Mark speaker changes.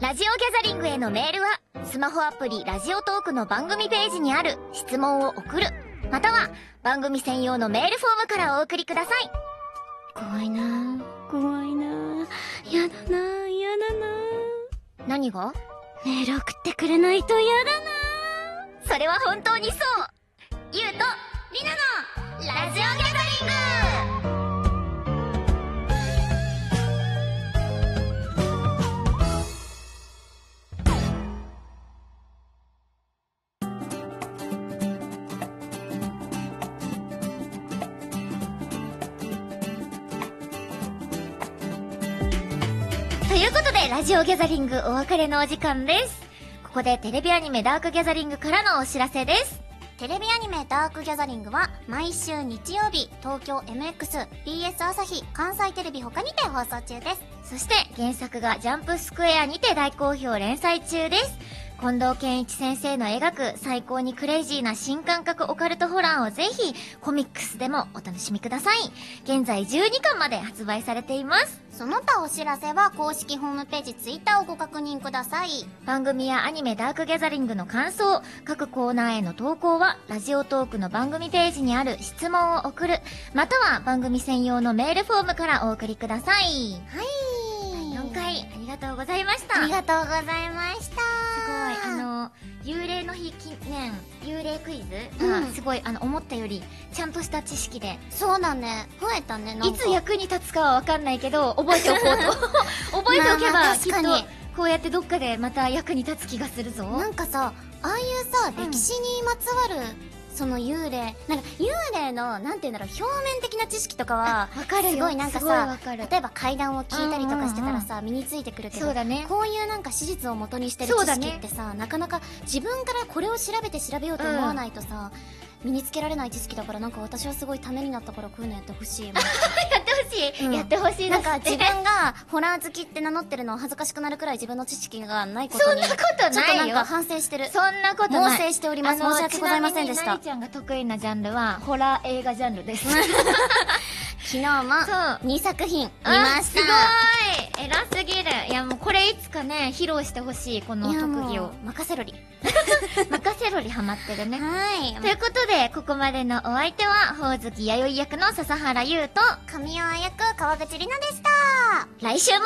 Speaker 1: ラジオギャザリングへのメールは、スマホアプリラジオトークの番組ページにある質問を送る、または番組専用のメールフォームからお送りください。
Speaker 2: 怖いなぁ怖いなぁやだなぁやだな
Speaker 1: 何が
Speaker 2: ぁメール送ってくれないとやだな
Speaker 1: それは本当にそうゆうとりなのラジオギャザリングということで、ラジオギャザリングお別れのお時間です。ここでテレビアニメダークギャザリングからのお知らせです。
Speaker 2: テレビアニメダークギャザリングは毎週日曜日東京 MX、BS 朝日、関西テレビ他にて放送中です。
Speaker 1: そして原作がジャンプスクエアにて大好評連載中です。近藤健一先生の描く最高にクレイジーな新感覚オカルトホラーをぜひコミックスでもお楽しみください。現在12巻まで発売されています。
Speaker 2: その他お知らせは公式ホームページ、ツイッターをご確認ください。
Speaker 1: 番組やアニメダークギャザリングの感想、各コーナーへの投稿は、ラジオトークの番組ページにある質問を送る、または番組専用のメールフォームからお送りください。
Speaker 2: はい。
Speaker 1: 4回ありがとうございました。
Speaker 2: あり
Speaker 1: す
Speaker 2: がとうございました。
Speaker 1: ごい、
Speaker 2: す
Speaker 1: あの、幽霊の日記念、幽霊クイズ
Speaker 2: う
Speaker 1: が
Speaker 2: ん
Speaker 1: すごい、あの、思ったより、ちゃんとした知識で、
Speaker 2: そうだね。増えたね、なん
Speaker 1: い
Speaker 2: か。
Speaker 1: つ役に立つかはわかんないけど、覚えておこう と。覚えておけ
Speaker 2: まあま
Speaker 1: ば、
Speaker 2: あ
Speaker 1: き
Speaker 2: 確
Speaker 1: っ
Speaker 2: かに
Speaker 1: と、こうやってどっかでまた役に立つ気がするぞ。
Speaker 2: なんかさああいうさ
Speaker 1: うん
Speaker 2: 歴史にまつわる、その幽霊なんか幽霊のなんて言うんだろう表面的な知識とかは
Speaker 1: わかるよ。
Speaker 2: すごいなんかさ
Speaker 1: すごいわかる。
Speaker 2: 例えば階段を聞いたりとかしてたらさ、身についてくるけど
Speaker 1: そうだね。
Speaker 2: こういうなんか史実を元にしてる
Speaker 1: そう
Speaker 2: 知
Speaker 1: だね
Speaker 2: 識ってさ、なかなか自分からこれを調べて調べようと思わないとさ、身につけられない知識だからなんか私はすごいためになったからこういうのやってほしいもう
Speaker 1: やってほしい、
Speaker 2: うん
Speaker 1: やってほしい
Speaker 2: なん
Speaker 1: です
Speaker 2: か
Speaker 1: って
Speaker 2: 自分がホラー好きって名乗ってるの恥ずかしくなるくらい自分の知識がない こ
Speaker 1: そ
Speaker 2: と
Speaker 1: ん
Speaker 2: に
Speaker 1: なこと
Speaker 2: ちょっと
Speaker 1: な
Speaker 2: ないん
Speaker 1: よ
Speaker 2: か反省してる
Speaker 1: そんなこと
Speaker 2: 猛
Speaker 1: ない
Speaker 2: 省しております。申し訳ございませんでし
Speaker 1: ちなみ
Speaker 2: た
Speaker 1: に。ちゃんが得意なジャンルはホラー映画ジャンルです そう
Speaker 2: 昨日も2作品見
Speaker 1: あ
Speaker 2: まし
Speaker 1: す
Speaker 2: た。
Speaker 1: ごい偉すぎるいやもうこれいつかね披露してほしいこの
Speaker 2: いや
Speaker 1: 特技
Speaker 2: も
Speaker 1: を
Speaker 2: う任せろり。
Speaker 1: 任せろりハマってるね
Speaker 2: はい
Speaker 1: ということでここまでのお相手はほおずき弥生役の笹原優と
Speaker 2: 神尾役川口里奈でした。
Speaker 1: 来週も